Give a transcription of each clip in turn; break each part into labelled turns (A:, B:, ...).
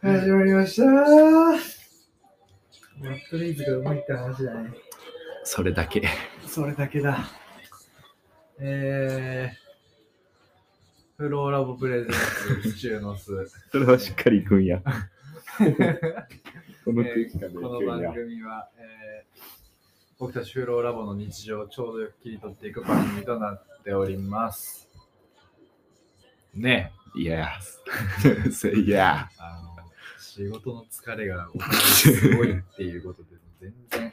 A: 始まりましたマットリーズがうまいって話だね。
B: それだけ。
A: それだけだ。えー、フローラボプレゼンツ、スチューノス。
B: それはしっかり行くんや。 この空
A: え
B: 気感
A: ー
B: で
A: こ
B: 行
A: の
B: くん
A: 番
B: や。
A: 組は、えー僕たちフローラボの日常をちょうどよく切り取っていく番組となっております。ねえ
B: いや。Say yeah.
A: あの仕事の疲れがすごいっていうことで、全然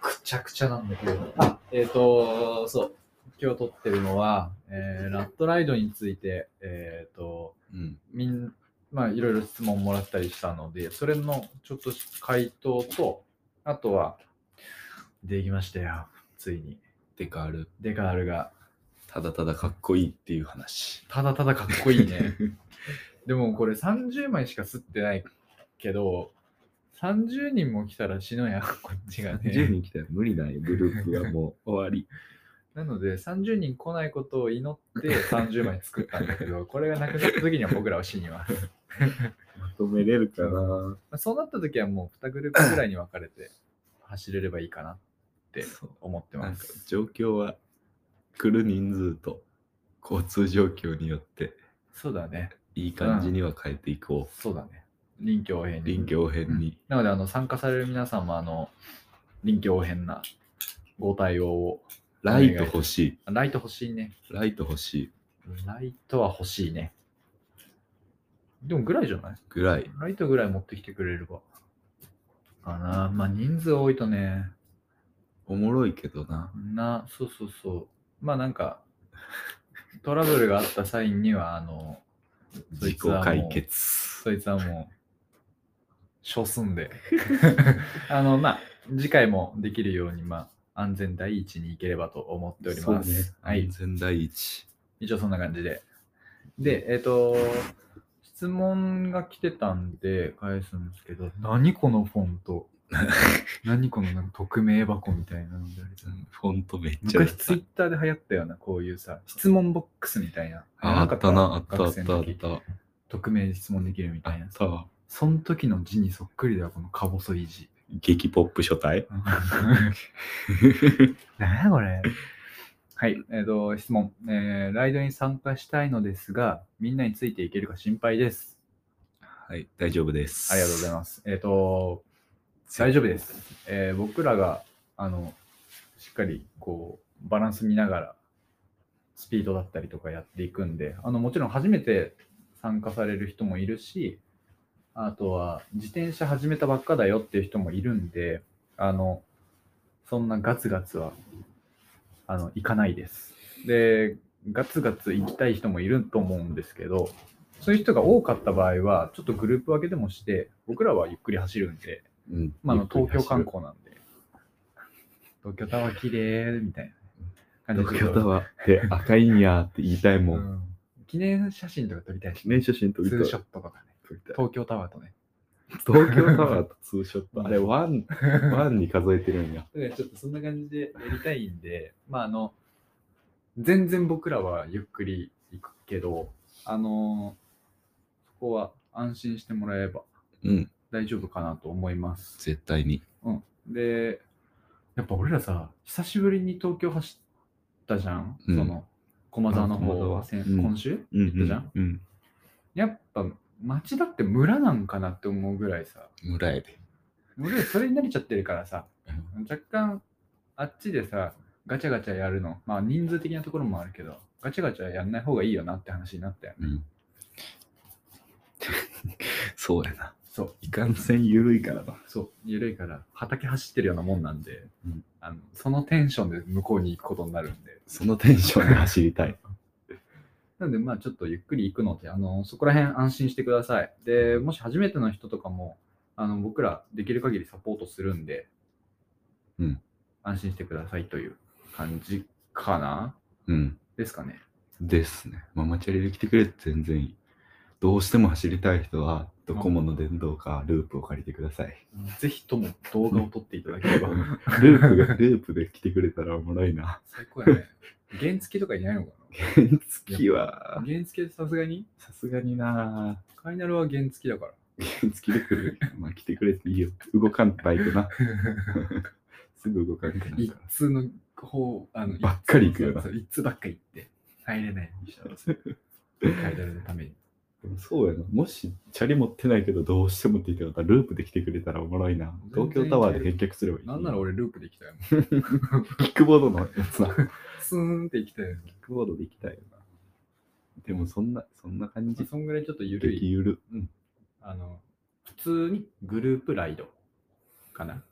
A: くちゃくちゃなんだけど。あ、えっ、と、そう、今日撮ってるのは、えーラットライドについて、えっ、と、
B: うん。
A: みん、まあ、いろいろ質問もらったりしたので、それのちょっと回答と、あとは、できましたよ、ついに。
B: デカール、
A: デカールが、
B: ただただかっこいいっていう話。
A: ただただかっこいいね。 でもこれ30枚しか吸ってないけど、30人も来たら死ぬやん、 こっちが
B: 10
A: ね。
B: 人来たら無理ないグループはもう終わり。
A: なので30人来ないことを祈って30枚作ったんだけど、 これがなくなった時には僕らは死にます。
B: まとめれるかな。
A: まあそうなった時はもう2グループぐらいに分かれて走れればいいかなって
B: そう
A: 思って
B: な
A: ま
B: んか
A: す。
B: 状況は来る人数と交通状況によって
A: そうだね。
B: いい感じには変えていこ
A: そうだね。臨機応変
B: う。
A: に
B: 臨。機応変に。
A: なのであの参加される皆さんもあの臨機応変なご対応を。
B: ライト欲しい。
A: ライト欲しいね。
B: ライト欲しい
A: ライトは欲しいね。でもぐらいじゃない
B: ぐらい。
A: ライトぐらい持ってきてくれれば。かな。まあ人数多いとね。
B: おもろいけどな。
A: な、そうそうそう。まあなんか、トラブルがあった際には、あの、そ
B: 自
A: い
B: 己
A: つはもう
B: 解決。
A: そいつはもう、処すんで。 あの、まあ、次回もできるように、まあ、安全第一に行ければと思っております。
B: そうね
A: はい
B: 安。全第一。
A: 一応そんな感じで。で、えっ、と、質問が来てたんで返すんですけど、何このフォン ト何このなんか匿名箱みたいなのであれだ
B: うんフォントめっちゃやっ
A: 昔ツ
B: た
A: イッターで流行ったような、こういうさ、質問ボックスみたいな。
B: ああ
A: んか
B: ったな、あったあ
A: 学
B: っ
A: 生
B: たあ
A: の
B: っ
A: 時
B: た。
A: 匿名で質問できるみ
B: あ
A: たいな
B: っ。たわ。
A: その時の字にそっくりだよ、このか細い字。
B: 激ポップ書体
A: なんやこれ。はい、えっ、と、質問、えーライドに参加したいのですが、みんなについていけるか心配です。
B: はい、大丈夫です。
A: ありがとうござい
B: す。
A: ます。えっ、と、大丈夫です。えー僕らが、あの、しっかり、こう、バランス見ながら、スピードだったりとかやっていくんで、あの、もちろん初めて参加される人もいるし、あとは、自転車始めたばっかだよっていう人もいるんで、あの、そんなガツガツは、あの、行かないです。で、ガツガツ行きたい人もいると思うんですけど、そういう人が多かった場合は、ちょっとグループ分けでもして、僕らはゆっくり走るんで、
B: うん
A: まあ、あの
B: ゆ
A: 東
B: っくり
A: 京
B: 走
A: 観
B: る
A: 光なんで、東京タワー綺麗みたいな感じで
B: 東京タワ ーって赤いんやって言いたいも。
A: うんん記念写真とか撮りたいし、
B: 記念写真撮
A: ツ
B: りたい。
A: ーショットとかね、
B: 撮りたい
A: 東京タワーとね。
B: 東京タワーとツーショッ ト。あれ、ワン、ワンに数えてるん
A: だ
B: や。
A: からちょっとそんな感じでやりたいんで、まああの、全然僕らはゆっくり行くけど、あのそこは安心してもらえば
B: うん、
A: 大丈夫かなと思います。
B: 絶対に。
A: うん、で、やっぱ俺らさ、久しぶりに東京走ったじゃん、
B: うん
A: その駒沢の
B: あ駒
A: 方
B: 沢
A: 先、
B: うん
A: 今週、
B: うん
A: 行ったじゃん。
B: うん。
A: やっぱ町だって村なんかなって思うぐらいさ、
B: 村やで。
A: 俺らそれに慣れちゃってるからさ、若干あっちでさ、ガチャガチャやるの、まあ人数的なところもあるけど、ガチャガチャやんない方がいいよなって話になったよね。
B: うん。そうやな。
A: そう、
B: いかんせん緩いからな。
A: そう、緩いから畑走ってるようなもんなんで、
B: うん
A: あのそのテンションで向こうに行くことになるんで。
B: そのテンションで走りたい。
A: なんで、まあ、ちょっとゆっくり行くので、あの、そこら辺安心してください。で、もし初めての人とかも、あの、僕らできる限りサポートするんで、
B: うん。
A: 安心してくださいという感じかな
B: うん。
A: ですかね。
B: ですね。ママチャリで来てくれて全然いい。どうしても走りたい人は、ドコモの電動かループを借りてくださ い。
A: ぜひとも動画を撮っていただければ。
B: ループが、ループで来てくれたらおもろいな。
A: 最高やね。原付とかいないのか
B: 原付は
A: な、原付さすがに
B: さすがにな
A: カーニナルは原付だ から。
B: 原付で来る。まあ来てくれていいよ。動かんバイクな。すぐ動かんから。
A: 一通の方、あの、
B: ばっかり行くよな
A: な。そう一通ばっかり行って、入れないようにしたらそうカーニナルのために。
B: でもそうやな。もし、チャリ持ってないけど、どうしてもって言ってまたループで来てくれたらおもろいな。東京タワーで返却すればいい。
A: なんなら俺ループで行きたいもん。
B: キックボードのやつな。キッ
A: スーンって行きたいよね。
B: クボードで行きたいよな。でも、そんな、そんな感
A: まあ
B: じ。
A: そんぐらいちょっと緩い
B: 激ゆる。うん。
A: あの、普通にグループライドかな。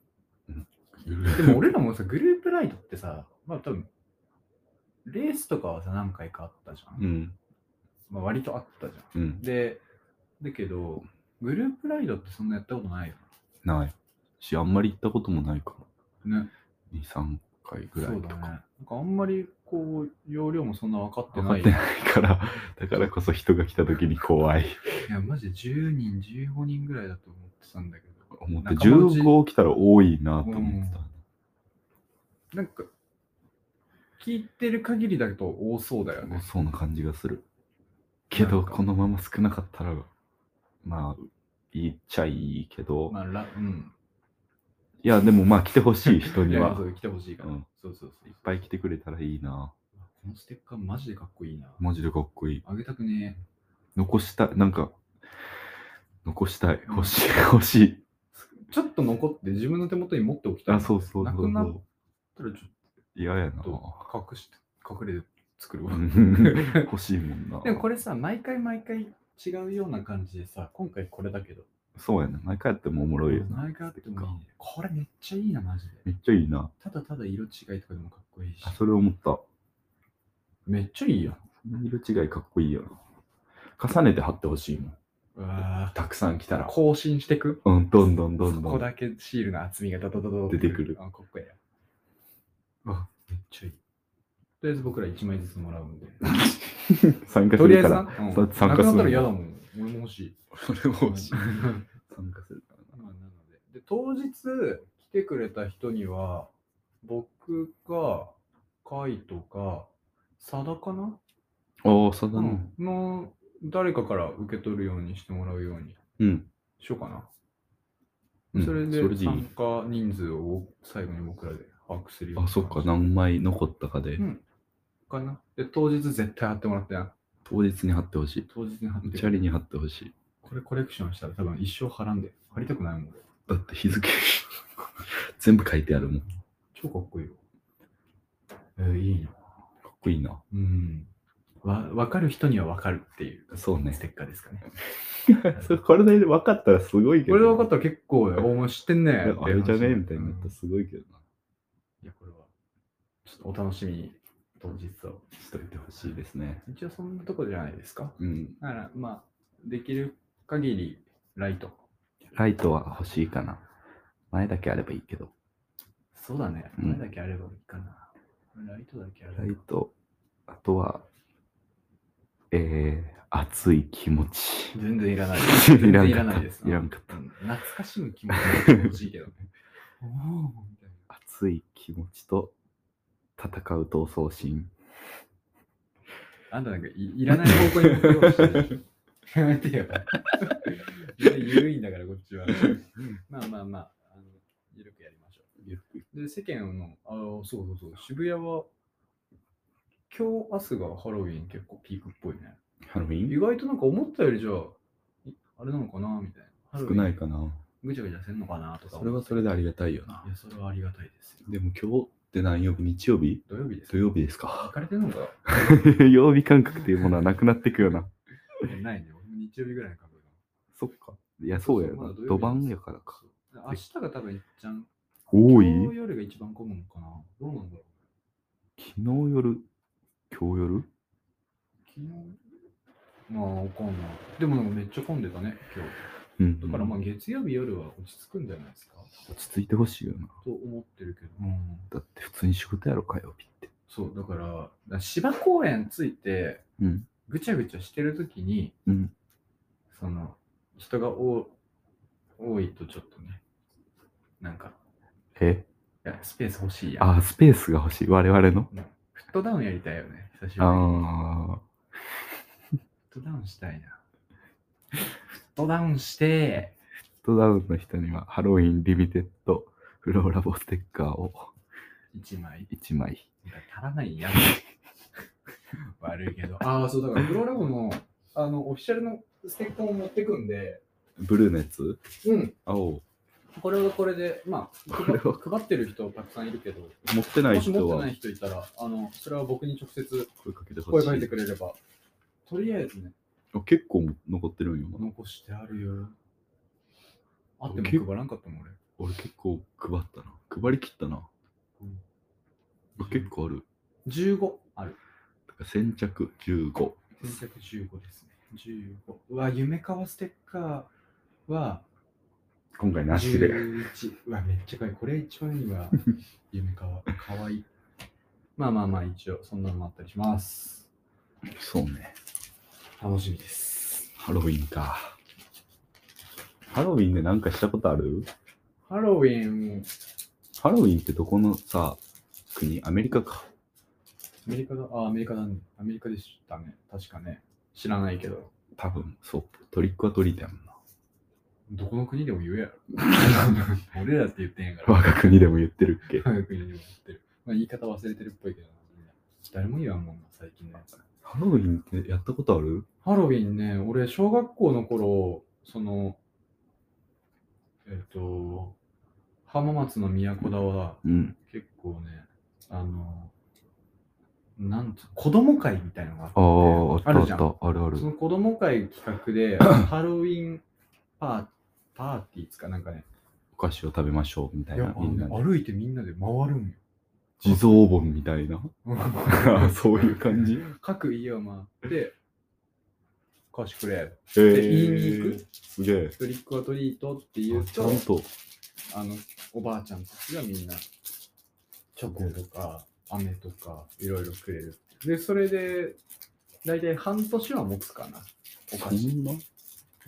A: でも俺らもさ、グループライドってさ、まあ多分、レースとかはさ、何回かあったじゃん。
B: うん。
A: まあ割とあったじゃ
B: うん
A: ん。。で、だけど、グループライドってそんなやったことないよ
B: ない。し、あんまり行ったこともないか
A: ね。ね。
B: ら。2、3回ぐら
A: そ
B: いうと
A: だね。
B: か。
A: なんかあんまりこう、容量もそんな分かって
B: 分
A: な
B: か
A: い。
B: ってないから、だからこそ人が来た時に怖い。
A: いや、マジで10人、15人ぐらいだと思ってたんだけど。
B: 思って、
A: 仲間内
B: 15来たら多いなと思ってた。
A: なんか、聞いてる限りだと多そうだよね。
B: そうな感じがする。け
A: な
B: ど、
A: んか
B: このまま少なかったら、まあ、言っちゃいいけど、
A: まあ、らうん。
B: いや、でもまあ、来て ほしい人
A: い
B: に
A: や
B: は、
A: そ
B: いう
A: 来てほしいから、
B: うん
A: そうそうそう。いっ
B: っぱい来てくれたらいいな。
A: このステッカーマジでかっこいいな。
B: マジでかっこいい。
A: あげたくねえ。
B: 残したい、なんか、残したい。
A: うん
B: 欲しい、欲しい。
A: ちょっと残って自分の手元に持っておきたい。
B: あ、そうそう
A: な
B: そう
A: くな
B: そ
A: っ
B: う。
A: たらちょっ
B: 嫌やな。
A: と隠して、隠れて作る
B: う
A: わ。
B: ん 欲しいもんな。
A: でもこれさ、毎回毎回違うような感じでさ、今回これだけど。
B: そうやな。毎回やってもおもろいよな。
A: 毎回あってもいいね。これめっちゃいいな、マジで。
B: めっちゃいいな。
A: ただただ色違いとかでもかっこいいし
B: あ。それ思った。
A: めっちゃいいやん。
B: 色違いかっこいいよな。重ねて貼ってほしいもん。
A: うわ
B: たくさん来た
A: ー
B: ら。
A: 更新してく
B: うん、どんどんどん
A: そ
B: ど
A: こ
B: ん。
A: だけシールの厚みがドドドドド
B: 出てくる
A: あ、かっこいいや。わ、めっちゃいい。とりあえず僕ら1枚ずつもらうんで。
B: 参加す
A: とりあ
B: る
A: え
B: か
A: ず
B: ら。
A: な、
B: そう
A: うん、
B: 参
A: な
B: 加す
A: くな
B: る
A: ったら嫌だもん。俺も欲しい。
B: それも欲しい
A: ま
B: 参加するから
A: あなのでで、当日来てくれた人には、僕か、カイとか、サダかな、
B: な。おー、そうだ
A: う
B: ね
A: ん。の誰かから受け取るようにしてもらうように
B: うん。
A: しようかな。
B: うん
A: それで
B: それでいい
A: 参加人数を最後に僕らで把握するように
B: あ、そっか。何枚残ったかで
A: う。んかな。で、当日絶対貼ってもらってな。
B: 当日に貼ってほしい。
A: 当日に貼って
B: チャリに貼ってほしい。
A: これコレクションしたら多分一生貼らんで。貼りたくないもん。俺
B: だって日付 全部書いてあるもん。か
A: 超かっこいいよ。えーいいな。
B: っこいいな。
A: うん。わ、わかる人にはわかるっていう
B: そうね
A: ス。テッカーですかね。
B: それこれで分かったらすごいけど。
A: これで分かったら結構、お前知ってんね
B: いやあれじゃねえみたいになった
A: うん
B: らすごいけどな。
A: いや、これは、ちょっとお楽しみに、当日を。
B: しといてほしいですね。
A: 一応そんなとこじゃないですか。
B: うん。
A: だから、まあ、できる限り、ライト。
B: ライトは欲しいかな。前だけあればいいけど。
A: そうだね。
B: うん
A: 前だけあればいいかな。ライトだけあれば。
B: ライト、あとは、えー、熱い気持ち。。
A: 全然いらない 全然いらないです。
B: いらんかった。
A: うん懐かしむ気持ちが欲しい けどね。おーみたいな。
B: 熱い気持ちと戦う闘争心。
A: あんたなんかいいらない方向に行こうとしてる。やめてよ。ゆるいんだから、こっちは。まあまあまあ、あのゆるくやりましょう。で、世間の、あのそうそうそう、渋谷は、今日、明日がハロウィン結構ピークっぽいね。
B: ハロウィ
A: 意
B: ン
A: 外となんか思ったよりじゃあ、いあれなのかなみたいな。ハロウィ
B: 少
A: ン
B: ないかな。
A: ぐちゃぐちゃせんのかなとか。
B: それはそれでありがたいよな。
A: いや、それはありがたいですよ。
B: でも今日って何曜日日曜日
A: 土曜日です
B: 土
A: か
B: 曜日です
A: 行
B: か。
A: かれてるのか
B: 曜日感覚というものはなくなってくよな。
A: ないね。俺も日曜日ぐらいの感覚だもん
B: そっか。いや、そうや
A: ま
B: な
A: だ土曜。日
B: 土盤やからか。
A: 明日が多分いっちゃん。
B: 多い
A: 今日夜が一番混むのかなどうなんだろう
B: 昨日夜今日夜
A: 昨日まあ、わかんない。でもなんかめっちゃ混んでたね、今
B: うん
A: 日。だからまあ、月曜日夜は落ち着くんじゃないですか
B: 落ち着いてほしいよな。
A: と思ってるけど。うん。
B: だって普通に仕事やろ、火曜日って。
A: そう、だから、だから芝公園ついて、
B: うん。
A: ぐちゃぐちゃしてるときに、
B: うん。
A: その、人が多多いとちょっとね、なんか、
B: え
A: いやスペース欲しいやん。
B: あ、スペースが欲しい。我々の
A: うん普ットダウンやりたいよね、久しぶりに。
B: あ
A: フットダウンしたいな。フットダウンして、
B: ー、フットダウンの人にはハロウィンリミテッドフローラボステッカーを
A: 1枚。
B: 1枚。
A: なんか足らない やつ。悪いけど。ああ、そうだから、プロラボの、あの、オフィシャルのステッカーを持ってくんで、
B: ブルーのやつ
A: うん。
B: 青。
A: これはこれで、まあ、
B: これは
A: 配ってる人たくさんいるけど、
B: 持ってない
A: もし持
B: 人
A: って
B: は
A: ない人いたら、あの、それは僕に直接
B: 声かけてほ
A: 声
B: し
A: かけて
B: い。
A: くれれば、とりあえずね、
B: あ結構残ってるんよ。まだ
A: 残してあるよ。あって
B: 結
A: も
B: 構
A: 配らんかったもん、俺。
B: 俺結構配ったな。配りきったな。あ結構ある。
A: 15ある。
B: だから先着15。
A: 先着15ですね。15。うわ、夢川ステッカーは、
B: 今回なしで。
A: 11。うわ、めっちゃかわいい。これ一番いい わ。夢川。かわいい。まあまあまあ、一応、そんなのもあったりします。
B: そうね。
A: 楽しみです。
B: ハロウィンか。ハロウィンでなんかしたことある
A: ハロウィン、
B: ハロウィンってどこのさ、国アメリカか。
A: アメリカだ。あ、アメリカだね。アメリカでしたね。確かね。知らないけど。
B: 多分、そう。トリックはトリートやもんな。
A: どこの国でも言えやろ。 俺らって言ってんやから。
B: 我が国でも言ってるっけ。
A: 科学にも言ってる。まあ、言い方忘れてるっぽいけどな。誰も言わんもんな、最近のやつ。
B: ハロウィンってやったことある
A: ハロウィンね、俺、小学校の頃、その、えっ、と、浜松の都田は
B: うん。
A: 結構ね、あの、なんつ子供会みたいなのがあって
B: ああ、あっ
A: あ
B: たあ
A: る
B: っ
A: じゃん
B: た。あるあ
A: そ
B: る。
A: の子供会企画 で、ハロウィンパーパーティーつかなんかね、
B: お菓子を食べましょうみたい
A: いや
B: な。
A: あ
B: み
A: の
B: んな
A: ね
B: で。
A: 歩いてみんなで回るんよ。
B: 地蔵盆みたいな。 そういう感じ。
A: 各家を回って、貸してくれ。
B: え
A: 言いに行く
B: すげえ。
A: トリックはトリートって言
B: あ
A: う
B: ちゃ
A: と
B: ん、と。
A: あの、おばあちゃんたちがみんな、チョコとか、飴とか、いろいろくれる。で、それで、だいたい半年は持つかな、お菓
B: そ
A: 子。
B: んな
A: う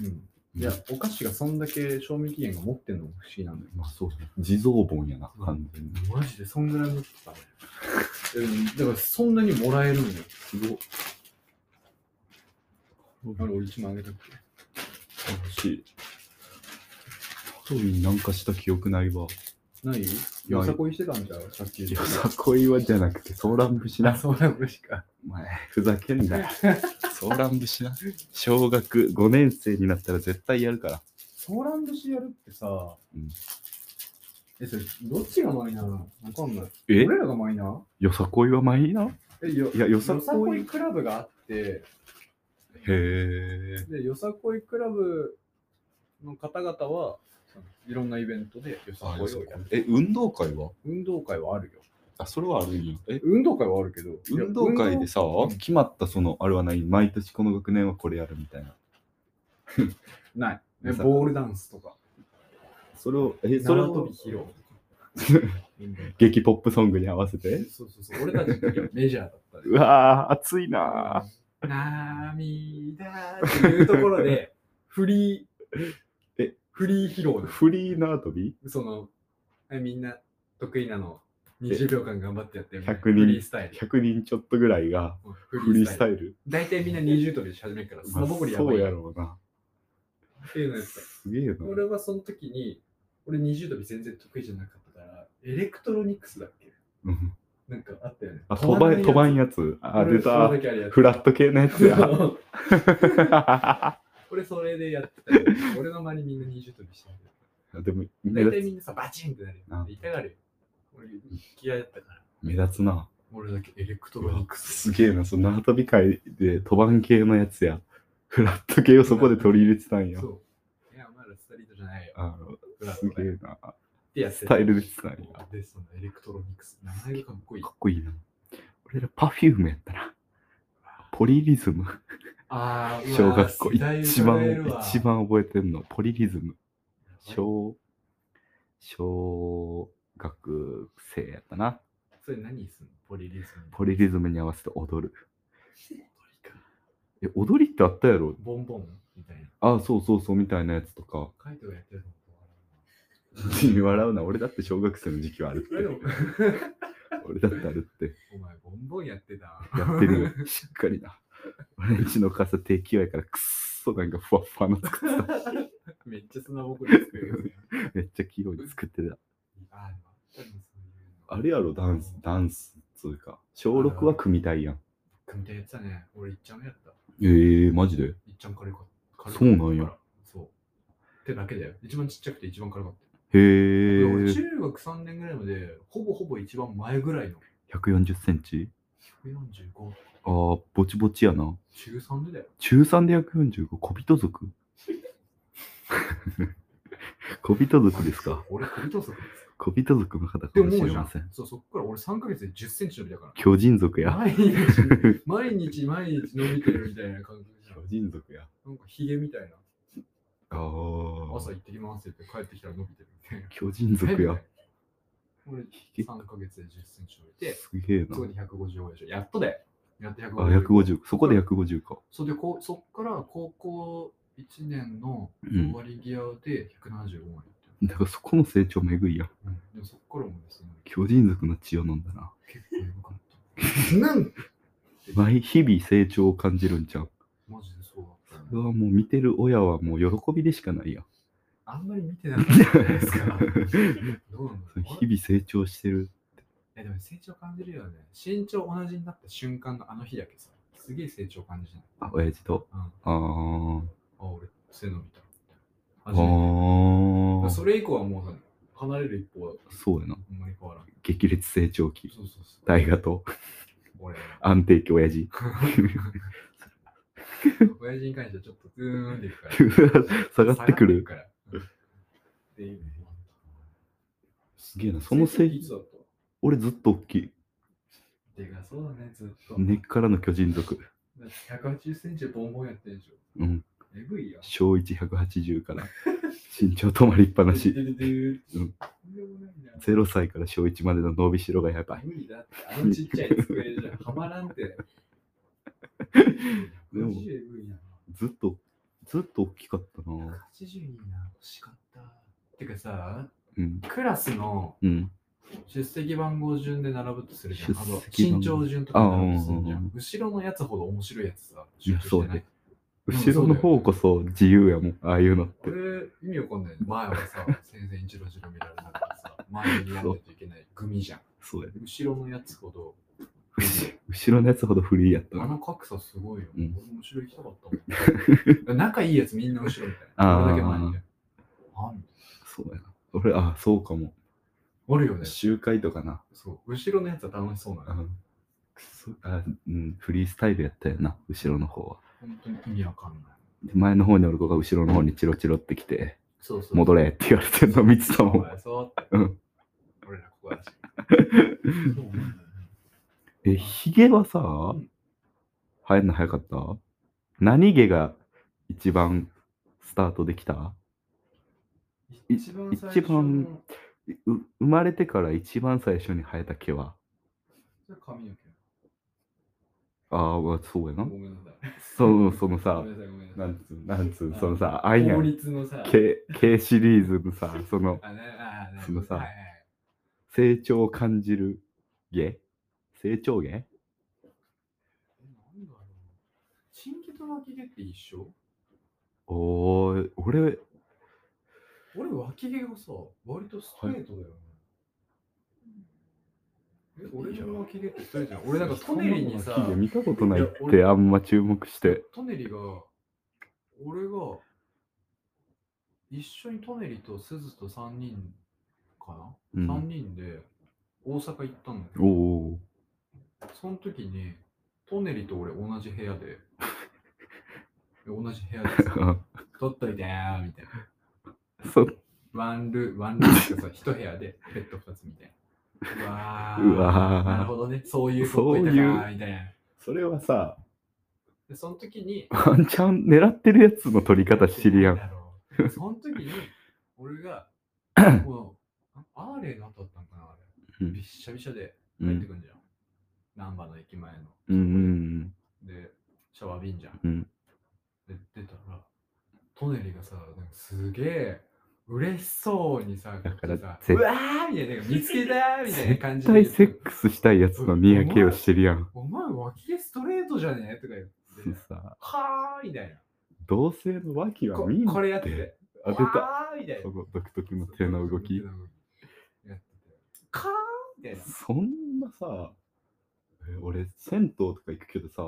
A: ん。いや、お菓子がそんだけ賞味期限が持ってんのも不思議なんだよ。
B: まあそうね。地蔵盆やな、完全に。
A: マジでそんぐらい持ってたね。うんだからそんなにもらえるんだよ。
B: すごい。
A: あれ、俺一枚あげたっけ
B: 楽しい。ハロウィンなんかした記憶ないわ。
A: ないよさこいしてたんじゃん、さっき。
B: よさこいはじゃなくて、ソーラン節な。
A: そうだ、これしか。
B: お前、ふざけ んなよ。ソーラン節な。小学5年生になったら絶対やるから。
A: ソーラン節やるってさ、
B: うん
A: え、それ、どっちがマイナーなのわかんない。
B: え
A: 俺らがマイナー
B: よさこいはマイナー
A: えよ
B: いやよさこ
A: よ
B: い
A: さこいクラブがあって、
B: へえ。
A: で、よさこいクラブの方々は、そのいろんなイベントでよさこいをやる。
B: え、運動会は
A: 運動会はあるよ。
B: あ、それはあるんよ。え、
A: 運動会はあるけど、いや
B: 運動会でさ
A: 動、
B: 決まったその、あれはない、毎年この学年はこれやるみたいな。
A: ない。ね、
B: よさ
A: ボールダンスとか、
B: それを、え、それ
A: 縄跳
B: を
A: び、披露とか。運動
B: 劇ポップソングに合わせ て。
A: そうそうそう、俺たちの時はメジャーだったね
B: うわー、熱いな
A: 涙っていうところ で、フリー、
B: え、
A: フリー披露
B: ー。フリー縄跳び
A: の、その、えみんな得意なの20秒間頑張ってやってみたいな、
B: 100人
A: フリースタイル。
B: ?100 人ちょっとぐらいが、フリースタ
A: ル。
B: イル。
A: 大体みんな20跳びし始めるから、
B: ま
A: 砂
B: あ
A: ぼこりや
B: そ
A: ばいう
B: やろうな。
A: っていうのやつ。
B: すげえな。
A: 俺はその時に、俺20跳び全然得意じゃなかったから、エレクトロニクスだっけ
B: うん
A: なんかあったよね。
B: あ、飛ばん、飛ばん
A: や
B: やつ。あ、
A: 俺
B: 出
A: その
B: た。
A: 時あれやって
B: フラット系のやつや。
A: 俺それでやってたよ。俺の周りみんな20跳びしてる。
B: でも、目
A: 大体み
B: 立
A: んなさ、バチンってなる
B: な
A: よ。痛がるよ。俺、嫌いだったから。
B: つ目立つな。
A: 俺だけエレクト
B: う
A: ロニ
B: わ
A: クス。
B: すげえな。その縄跳び会で飛ばん系のやつや。フラット系をそこで取り入れてたんや
A: そ。う。いや、お前らストリートじゃないよ。
B: あ
A: フ
B: の
A: ラッ
B: す
A: ト
B: げ
A: で。っ
B: えな。
A: てやって
B: ス
A: た
B: タイルでてたんや。
A: で、そのエレクトロニクス。名前がかっこいい
B: か。っこいいな。俺らパフュームやったな。ポリリズム。
A: あー、う
B: 小
A: わー
B: 学校
A: 世代
B: 一
A: を超え
B: 番
A: るわ
B: 一。番覚えてんのポリリズム小小学生やったな
A: それ何すんのポリリズム。
B: ポリリズムに合わせて踊る
A: リか。
B: え踊りってあったやろ
A: ボンボンみたいな。
B: あそうそうそうみたいなやつとか
A: カイトがやってるのも
B: 笑うな俺だって小学生の時期はあるって
A: 俺でも、
B: 俺だってあるって。
A: お前、ボンボンやってた。
B: やってる よ。しっかりな。俺んちの傘定期やからくっそなんかふわっふわの作ってた。
A: めっちゃ砂ぼこり作るよね。
B: めっちゃ器用に作ってた。
A: ああ、でもあったりもそういうの。
B: あれやろ、ダンス、ダンス、つうか。小6は組体やん。
A: 組手やってたね。俺、いっちゃんやった。
B: ええマジで
A: いっちゃん軽かった。
B: そうなんや。
A: そう。ってだけだよ。一番ちっちゃくて一番軽かった。
B: へ
A: でも俺
B: え。
A: 中学3年ぐらいまで、ほぼほぼ一番前ぐらいの。
B: 140センチ
A: 145、
B: ああ、ぼちぼちやな。
A: 中3でだよ。
B: 中3で145、小人族 小人族ですか
A: 俺、小人族です。
B: 小人族の方
A: で
B: か
A: も
B: もし
A: 思う
B: れ
A: じゃ
B: ません
A: ん。。そう、そっから俺3ヶ月で10センチ伸びたから。
B: 巨人族や。
A: 毎日、毎日、毎日伸びてるみたいな感じじゃん。
B: 人族や。
A: なんかヒゲみたいな。
B: ああ
A: 朝。行ってきますって言って帰ってきたら伸びてるみたいな。
B: 巨人族や。
A: 俺、
B: げ
A: 3ヶ月で10センチ伸びて、
B: すげえな
A: そこ。に155でしょ。やっとだよ。やって
B: あ、
A: 155。
B: 150。そこで150か。
A: それでこうそっから高校1年の
B: うん
A: 終。わり際で175まで行ってる、
B: だからそこの成長めぐいや。
A: うんでもそっからもですね、
B: 巨人族の血を飲んだな。
A: 結構やばかった。 なん
B: 毎日々成長を感じるんちゃう。
A: マジでそうだったね、
B: うわ、もう見てる親はもう喜びでしかないや。
A: あんまり見てなかったじゃない ですか。どうなん だろう
B: 日々成長してる。
A: えでも成長感じるよね。身長同じになった瞬間のあの日だけさ、すげえ成長感じない。
B: あ、親父と。
A: うん、あ、
B: あー。
A: 俺、背伸びた。
B: あ
A: 初めて
B: ー。
A: それ以降はもうさ離れる一方だから、
B: そうやな。
A: あんまり変わらない。
B: 激烈成長期。
A: そうそうそう。
B: 大河と
A: 俺。
B: 安定期親父。
A: 親父に関してはちょっとズーンっていくから。
B: 下がってくる。
A: 下がってくから。っていうのもあった
B: すげえな。そのせ
A: 成績い
B: い、
A: つだった
B: 俺ずっと大きい。
A: でかそうだね、ずっと。
B: 根っからの巨人族。
A: だって180センチでボンボンやってるでしょ。
B: うん。
A: えぐいやん。
B: 小1180から。身長止まりっぱなし。
A: でででで
B: うん
A: とんでもないな
B: 0歳から小1までの伸びしろがやばい。
A: 無理だって、あのちっちゃい机じゃはまらんて。
B: でも
A: マジえぐいな。
B: ずっと、ずっと大きかった
A: 80
B: な。
A: いいな、欲しかった。てかさ、
B: うん。
A: クラスの
B: うん。
A: 出席番号順で並ぶとするじゃん。あと
B: 出席番号
A: 身長順とかで並ぶとするじゃ
B: ああああ
A: ん。後ろのやつほど面白いやつさ。
B: いや、そう
A: 集中してな
B: ね
A: い。。
B: 後ろの方こそ自由やもん。ああいうのっ
A: こ。
B: て
A: れ意味わかんない。前はさ、先生にじろじろ見られながらさ、前にやらないといけない組じゃん。
B: そうや。
A: 後ろのやつほど、
B: 後ろのやつほどフリーやった
A: あ
B: な。
A: の格差すごいよ。
B: う
A: 俺
B: ん
A: も後ろ行きたか ったもん。仲いいやつみんな後ろみたいな。
B: あー
A: 俺だけ前にね。あん
B: そうやな。俺、あ、そうかも。
A: あるよね。
B: 集会とかな。
A: そう。後ろのやつは楽しそうな
B: あ
A: の。
B: のくそあうん、フリースタイルやったよな、後ろの方は。
A: 本当に意味わかんない。
B: で前の方におる子が後ろの方にチロチロってきて、
A: そうそう。
B: 戻れって言われてるの見てたも
A: お
B: ん。
A: 前そうって。
B: うん
A: 俺らここ だし。そうなんだよね
B: え、ヒゲはさ、
A: ん
B: 生えんの早かった何毛が一番スタートできたい
A: 一番最初の
B: う生まれてから一番最初に生えた毛は
A: 髪の毛。
B: ああ、そうや
A: ご
B: な。
A: めんなさい。
B: そう、その
A: ご
B: さ
A: め、んなさい、ごめんなさい。
B: なんつう、なんつう、そのさ、
A: あ
B: あいや
A: 法
B: ん、
A: 律のさ、
B: 毛、毛シリーズのさ、その、
A: あねあね
B: そのさ
A: はいはい
B: 成長を感じる毛成長毛
A: えなんだろう。チン毛と脇毛って一緒
B: おー、俺、
A: 俺、脇毛がさ、割とストレートだよね。え俺の脇毛ってストレートじゃん。俺なんかトネリにさ
B: そんな、の聞いて見たことないっ
A: いや俺
B: てあんま注目して。
A: トネリが、俺が、一緒にトネリとすずと3人かな、
B: うん
A: 三 ?3 人で大阪行ったんだけ
B: お
A: ど、
B: お
A: その時に、トネリと俺同じ部屋 で、同じ部屋でさ、
B: ー。
A: 取っといてーみたいな。
B: そ
A: ワンルー、ワンルーム一部屋でペット2つみたい な。うわー。
B: う わー
A: なるほどね。そういう子っぽいたか
B: そう
A: ーみたいな。
B: それはさ、
A: で、その時に、
B: ワンチャン狙ってるやつの取り方知りやん。
A: だろう。 その時に、俺 が、もう、あアーレイの後だったんかな、あ
B: う
A: れ。
B: ん
A: びっしゃびしゃで
B: う
A: 帰って
B: ん
A: くんじゃん。難波の駅前の。
B: うんうん
A: で、シャワー瓶じゃん。
B: うん。
A: で、出たら、トネリがさ、なんかすげえ、嬉しそうにさ、
B: だから
A: こっちさ
B: ぜ
A: うわーみたいな、見つけたーみたいな感じ
B: 絶
A: で
B: 対。セックスしたいやつの見分けをしてるやん。
A: お前、脇毛ストレートじゃねえとか言って、
B: さ
A: はーみたいな。
B: 同性の脇は
A: こ
B: 見ん
A: これやってて、
B: あ出た。
A: はーみたい
B: そ
A: な。
B: の独特の手の動き
A: 手。の動きやっててかーみたいな。
B: そんなさ、え俺、銭湯とか行くけどさ、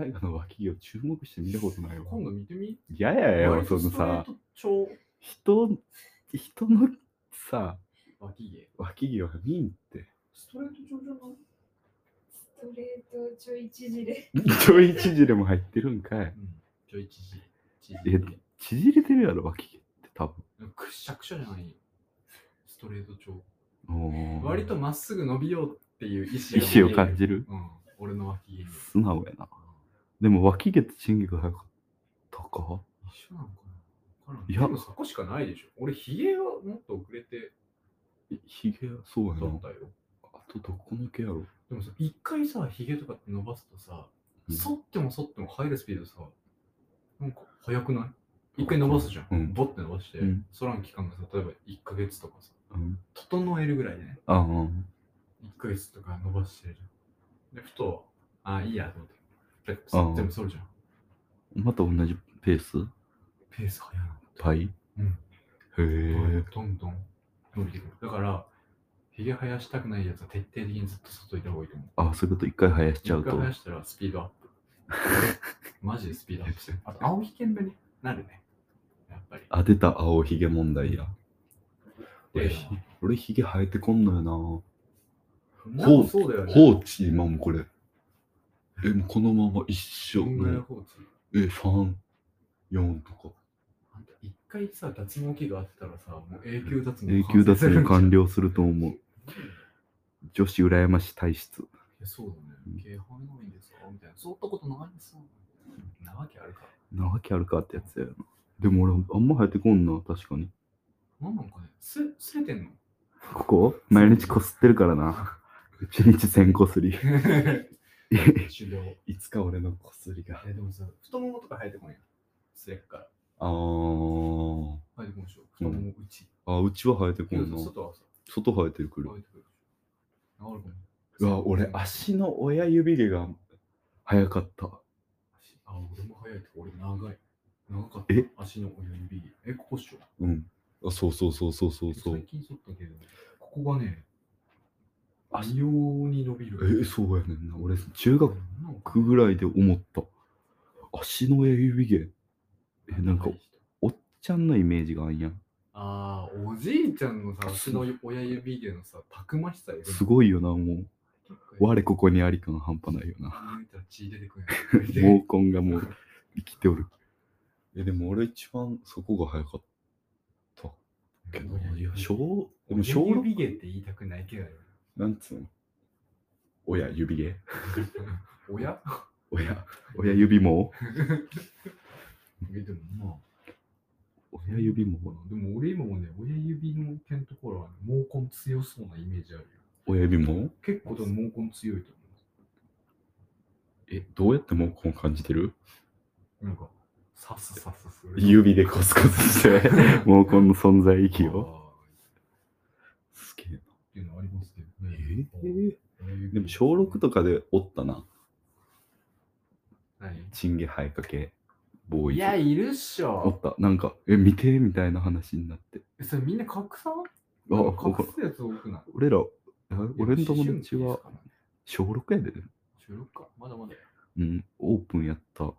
B: 大河の脇を注目して見たことないわ。
A: 今度見てみ
B: 嫌ややよ、
A: 割
B: そ
A: と
B: の
A: ストレー
B: さ、
A: ト超
B: 人、人のさ、
A: 脇毛。
B: 脇毛は見んって。
A: ストレート超じゃない
C: ストレートちょい縮れ。
B: ちょい縮れも入ってるんかい。
A: うん。ちょい縮縮
B: え縮れてるやろ、脇毛って多分。
A: くっしゃくしゃじゃないストレート超
B: おー
A: 割とまっすぐ伸びようっていう意志
B: 意志を感じる。
A: うん俺の脇毛に
B: 素直やな。でも脇毛とチン毛が早かったか
A: 一緒なのかな分からん
B: いや
A: でもそこしかないでしょ俺ヒゲはもっと遅れて
B: ひげはそうや
A: だ
B: な
A: っ。たよ
B: あとどこの毛やろ。
A: でもさ一回さヒゲとかって伸ばすとさ
B: うん
A: 剃っても剃っても入るスピードさなんか速くない一回伸ばすじゃん、
B: うん
A: ボッて伸ばして、
B: うん
A: 剃らん期間がさ例えば1ヶ月とかさ
B: うん。
A: 整えるぐらいでね
B: ああ。
A: 1ヶ月とか伸ばしてるじゃん。で、ふと、あ、いいやと思って。ペッペッ全部そるじゃん。
B: また同じペース
A: ペース速いな。
B: 倍
A: うん。
B: へえ。
A: どんどん伸びてくる。だから、ひげ生やしたくないやつは徹底的にずっと外いた方がいいと思う。
B: あ、そういうこと一回生やしちゃう
A: 一
B: と
A: 回生。やしたらスピードアップ。マジでスピードアップする。あと、青ひげになるね。やっぱり。
B: あ、出た青ひげ問題や。俺
A: で
B: ひ、俺ひげ生えてこんのよ
A: なんかそうだよね。
B: な。放置、今もこれ。え、もうこのまま一生
A: どんぐらい。放置
B: え、3、4とか。
A: あんた一回さ、脱毛器があってたらさ、もう永久脱毛
B: 永久脱毛完
A: 了。
B: 了すると思う。 女子羨ましい体質。
A: いやそうだね。毛生えないんですかみたいな。そうったことないんですよ。なわけあるか。
B: なわけあるかってやつやな。でも俺、あんま生えてこんな、確かに。
A: なんなんかね。す、すれてんの
B: ここ毎日こすってるからな。一日千こすり。
A: 修行。
B: いつか俺のこすりが。
A: え、でもさ、太ももとか生えてこんやん。すれっから。
B: あー。
A: 生えてこんでしょ。太もも内。
B: あ、うちは生えてこ
A: けど
B: んな。
A: 外はさ、
B: 外生えてくる
A: 生。えてくる。治るかも。
B: うわ、俺、。足の親指毛が早かった。
A: あ、俺も早いとか、俺長い。長かった。
B: え
A: 足の親指。え、ここっしょ。
B: うん。あそうそうそうそうそうそう
A: 最。近剃ったけど、ここがね、
B: あ
A: 異様に伸びる。
B: え、そうやねんな。俺、中学
A: なんか
B: くぐらいで思った。足の親指毛。えなんかおっちゃんのイメージがあんやん。
A: ああ、おじいちゃんのさ、足の親指毛のさ、たくましさよ。
B: すごいよな、もう。我
A: こ。
B: ここにありかが半端ないよな。
A: 抜いたら血出てくる やん。
B: 毛根がもう生きておる。え、でも俺一番そこが早かったけどな。いや、小、でも小
A: 小
B: 六
A: 指毛って言いたくないけどね。
B: なんつうの親指毛
A: 親
B: 親、親指毛
A: え、でもまあ。
B: 親指毛
A: でも俺今もね、親指の毛のところは、ね、毛根強そうなイメージあるよ。
B: 親指毛
A: 結構でも毛根強いと思
B: え、どうやって毛根感じてる
A: う。なんか、さすさすする。
B: 指でコスコスして 毛根の存在意義を。
A: あー
B: すげえ
A: っていうのありますけど
B: な。
A: ね。
B: でも小6とかでおったな。
A: 何
B: チンゲ生えかけ、ボーイ
A: い
B: ズ。
A: や、いるっし
B: お
A: ょ
B: っ。た。なんか、え、見てみたいな話になって。
A: えそれみんな拡散
B: あ、
A: なん
B: わ
A: か
B: か
A: 隠
B: る
A: すやつ多くない
B: 俺ら、あ俺の
A: いや思
B: 友
A: 春
B: 達
A: 期です
B: は
A: からね
B: 小6やで、ね。
A: 収録か。まだまだや。
B: うん、オープンやった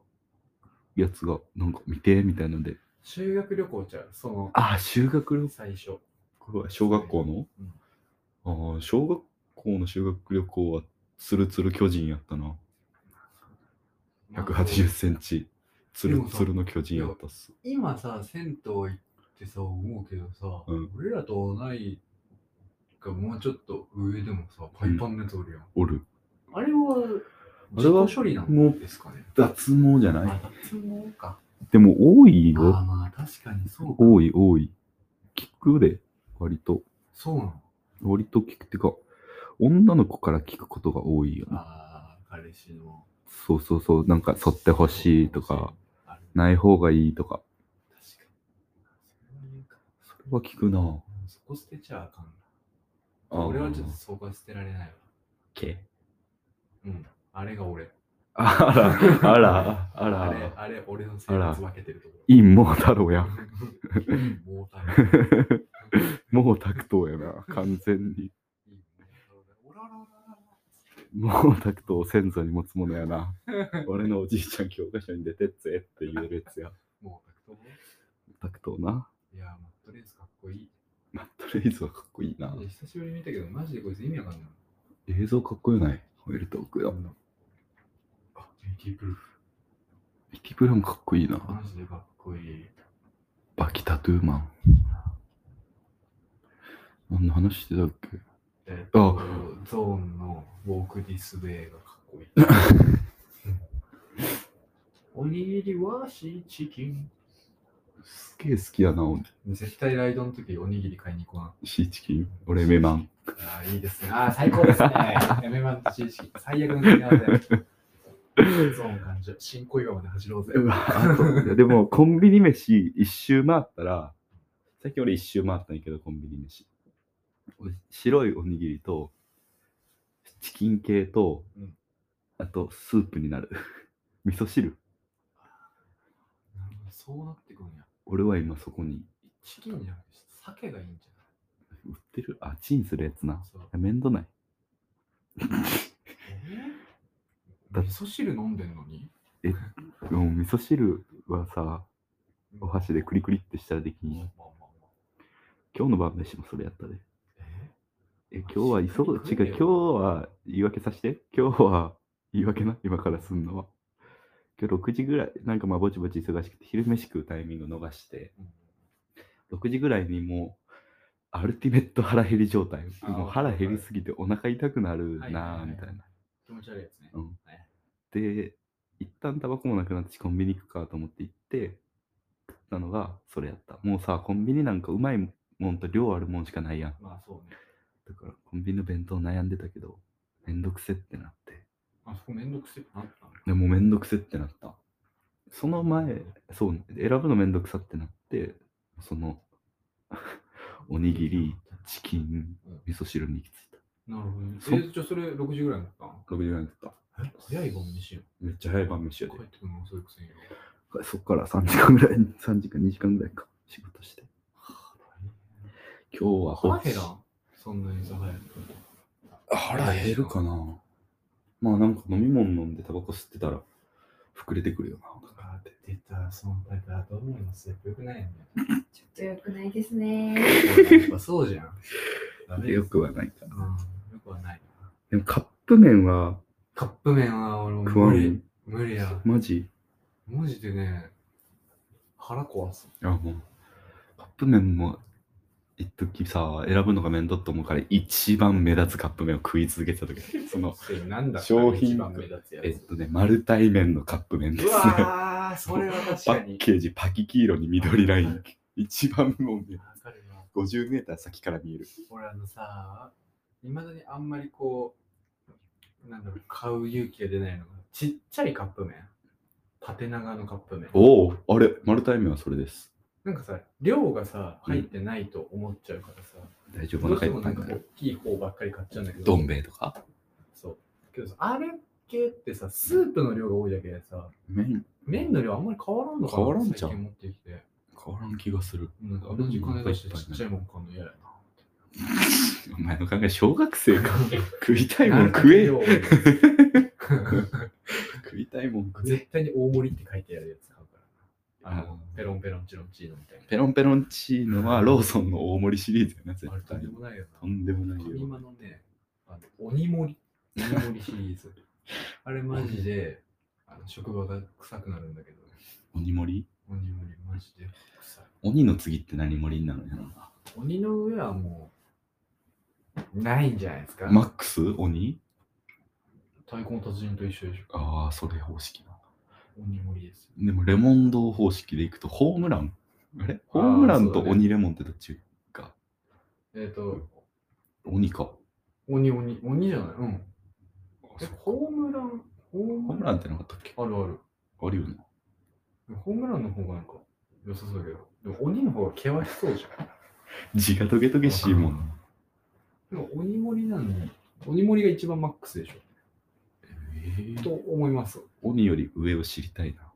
B: やつが、なんか見てみたいので。
A: 修学旅行ちゃう。その、
B: ああ、修学旅
A: 最初。
B: 行は小学校の、ああ、小学校の修学旅行はツルツル巨人やったな。
A: まあ
B: 180センチ。ツルツルの巨人やったっす。
A: 今さ、銭湯行ってさ、思うけどさ、
B: うん
A: 俺らと同いがもうちょっと上でもさ、パイパンのやつおるやん。
B: おる。
A: あれは、
B: あれは
A: 自己処理なんですかね。
B: 脱毛じゃ
A: あ
B: ない、
A: 脱毛か。
B: でも多い
A: あー
B: よ。
A: まあ、確かにそうか。
B: 多い多い。聞くで、割と。
A: そうなの。
B: 割と聞くってか、女の子から聞くことが多いよね。
A: ああ、彼氏の。
B: そうそうそう、なんか剃ってほしいとか、
A: ある。
B: ない方がいいとか。
A: 確かに。それは言うか。
B: そは聞くな。
A: そこ捨てちゃあかん
B: あー
A: な。俺はちょっとそこは捨てられないわ。
B: け
A: うん。あれが俺。
B: あら、あら、あ
A: あれ
B: ら、、
A: あれ、俺の生活分けてるとこ
B: 陰謀太郎
A: ろ
B: や。。
A: もう大変。
B: もう拓斗やな、完全に。
A: いいねオラオラオラオラ
B: もう拓斗を先祖に持つものやな。俺のおじいちゃん教科書に出てっぜって言えるやつや。
A: もうタクトも
B: 拓斗な。
A: いやー、マットレースかっこいい。
B: マットレイズはかっこいいな。
A: 久しぶりに見たけど、マジでこいつ意味わかんない。
B: 映像かっこよない。ホイルトークや。
A: あ、JT プルーフ。
B: ミキプラもかっこいいな。
A: マジでかっこいい。
B: バキタトゥーマン。何の話してたっけ
A: えっと、ゾーンのウォークディスウェイがかっこいい。おにぎりはシーチキン。
B: すげえ好きやな、
A: 絶対ライドの時おにぎり買いに行こうな。
B: シーチキン。俺、メマン。
A: あーいいですね。あー最高です ね。エメマンとシーチキン。最悪の組み合わせ。ゾーン感じ。新小岩まで走ろうぜ。
B: うわ、あと、いやでも、コンビニ飯一周回ったら、さっき俺一周回ったんやけど、コンビニ飯。お白いおにぎりと、チキン系と、
A: うん
B: あと、スープになる。 味噌汁。
A: なるほどそうなってくるんや。
B: 俺は今そこに
A: チキンじゃなくて、鮭がいいんじゃ
B: 売ってる。あ、チンするやつ
A: な。
B: ない
A: そう。
B: めんどない。
A: え
B: だ
A: ー、味噌汁飲んでんのに
B: もう味噌汁はさ、お箸でクリクリってしたらでき
A: ま
B: ん
A: あ
B: やん。
A: まあまあ。
B: 今日の晩飯もそれやったで。
A: え
B: え、今日は急
A: そう
B: ぐ。
A: 食え
B: 違う、
A: よ
B: 今日は言い訳させて。今日は言い訳な、今からすんのは。今日6時ぐらい、なんかまあぼちぼち忙しくて、昼飯食うタイミング逃して、
A: ーうん
B: 6時ぐらいにもう、アルティメット腹減り状態。
A: あー
B: もう腹減りすぎてお腹痛くな
A: は
B: る
A: いはい
B: な
A: は
B: ぁ、
A: い
B: みたいな。
A: 気持ち悪いやつね。
B: うん
A: は
B: で、一旦タバコもなくなってコンビニ行くかと思って行って、食ったのがそれやった。もうさ、コンビニなんかうまいもんと量あるもんしかないやん。
A: まあそうね。
B: だからコンビニの弁当悩んでたけど、めんどくせってなって。
A: あそこめんどくせえなったの。
B: でもうめんどくせってなった。その前、そう、選ぶのめんどくさってなって、その、 おにぎり、チキン
A: うん、
B: 味噌汁に行き着い
A: なるほどね。
B: そ
A: えー、じゃあそれ6時ぐらいになったん
B: た。6時間だった。
A: 早い晩飯よ。
B: めっちゃ早い晩飯
A: 帰
B: や
A: ってくるの遅いくせによ。
B: で。そっから3時間ぐらい、3時間、2時間ぐらいか、仕事して。今日は
A: 腹減らんそんなにさ、早く。
B: 腹減るかなまあなんか飲み物飲んでタバコ吸ってたら、膨れてくるよな。
A: あー、出た、そのタイプだと思いますよ。よくないよね。
C: ちょっと良くないですね。
A: やっぱそうじゃん。ダメ
B: よくはないか
A: う
B: な。
A: ん、よくはない。
B: でもカップ麺は
A: カップ麺は俺も
B: 食わ
A: 無
B: ん
A: 理。。無理や。
B: マジ
A: マジでね、腹壊す。
B: いやもうカップ麺も一時さ選ぶのが面倒と思うから一番目立つカップ麺を食い続けてた時その
A: なんだ
B: 商品
A: 一番目立つや
B: えっ
A: つ。
B: とね丸対麺のカップ麺です
A: う
B: ね
A: わー、それは確
B: パ
A: か
B: ッ
A: に。
B: ケージパキ黄色に緑ライン一番もうね
A: わかるな。
B: 50メーター先から見える
A: 俺あのさ、いまだにあんまりこう、なんだろう、買う勇気が出ないのが、ちっちゃいカップ麺。縦長のカップ麺。
B: おおあれ丸対麺はそれです
A: なんかさ、量がさ、入ってないと思っちゃうからさ、
B: 大丈夫
A: どう
B: お
A: して
B: 腹い
A: も
B: っぱ
A: ないん
B: に
A: か
B: な
A: 大
B: る
A: きい方ばっかり買っちゃうんだけど。
B: どん兵衛とか
A: そう。けどさ、あれ系ってさ、スープの量が多いだけでさ、
B: 麺
A: 麺の量あんまり変わらんのかな
B: 変わらんじゃん
A: 最近持ってきて。
B: 変わらん気がする
A: なんか同じ金出してちっちゃいもん買うの嫌や
B: お前の考え小学生か
A: な。
B: 食 いたいもん食え
A: よ。
B: よ 食いたいもん食え
A: 絶対に大盛りって書いてあるやつ買うからな。あ
B: あ
A: の、ペロンペロンチロンチーノみたいな。
B: ペロンペロンチーノはローソンの大盛りシリーズやな、絶
A: あれと
B: 対
A: んで
B: に。
A: もないよ
B: とんでもな
A: な。
B: いよ。
A: 今のね、あの鬼盛り。鬼盛りシリー ズ。あれマジで、あの職場が臭くなるんだけど、ね、
B: 鬼盛り
A: 鬼盛りマジで臭い。
B: 鬼の次って何盛りになるんやろな。
A: 鬼の上はもう、ないんじゃないですか。
B: マックス鬼
A: 太鼓の達人と一緒でしょ。
B: ああ、それ方式な。
A: 鬼盛りですよ。
B: でも、レモン堂方式でいくと、ホームランあれホームランと鬼レモンってどっちか。
A: えっ、と、
B: 鬼か。
A: 鬼鬼、鬼じゃない。うん。え、ホームラン、ホ
B: ホー
A: ーム
B: ム
A: ラン
B: ランってなかったっけ
A: あるある。
B: あるよな。
A: ホームランの方がなんか良さそうだけど、でも鬼の方が険しそうじゃん。
B: 字がトゲトゲしいもん。
A: でも鬼盛りなのに、鬼盛りが一番マックスでしょ。
B: えー
A: と思います。
B: 鬼より上を知りたいな。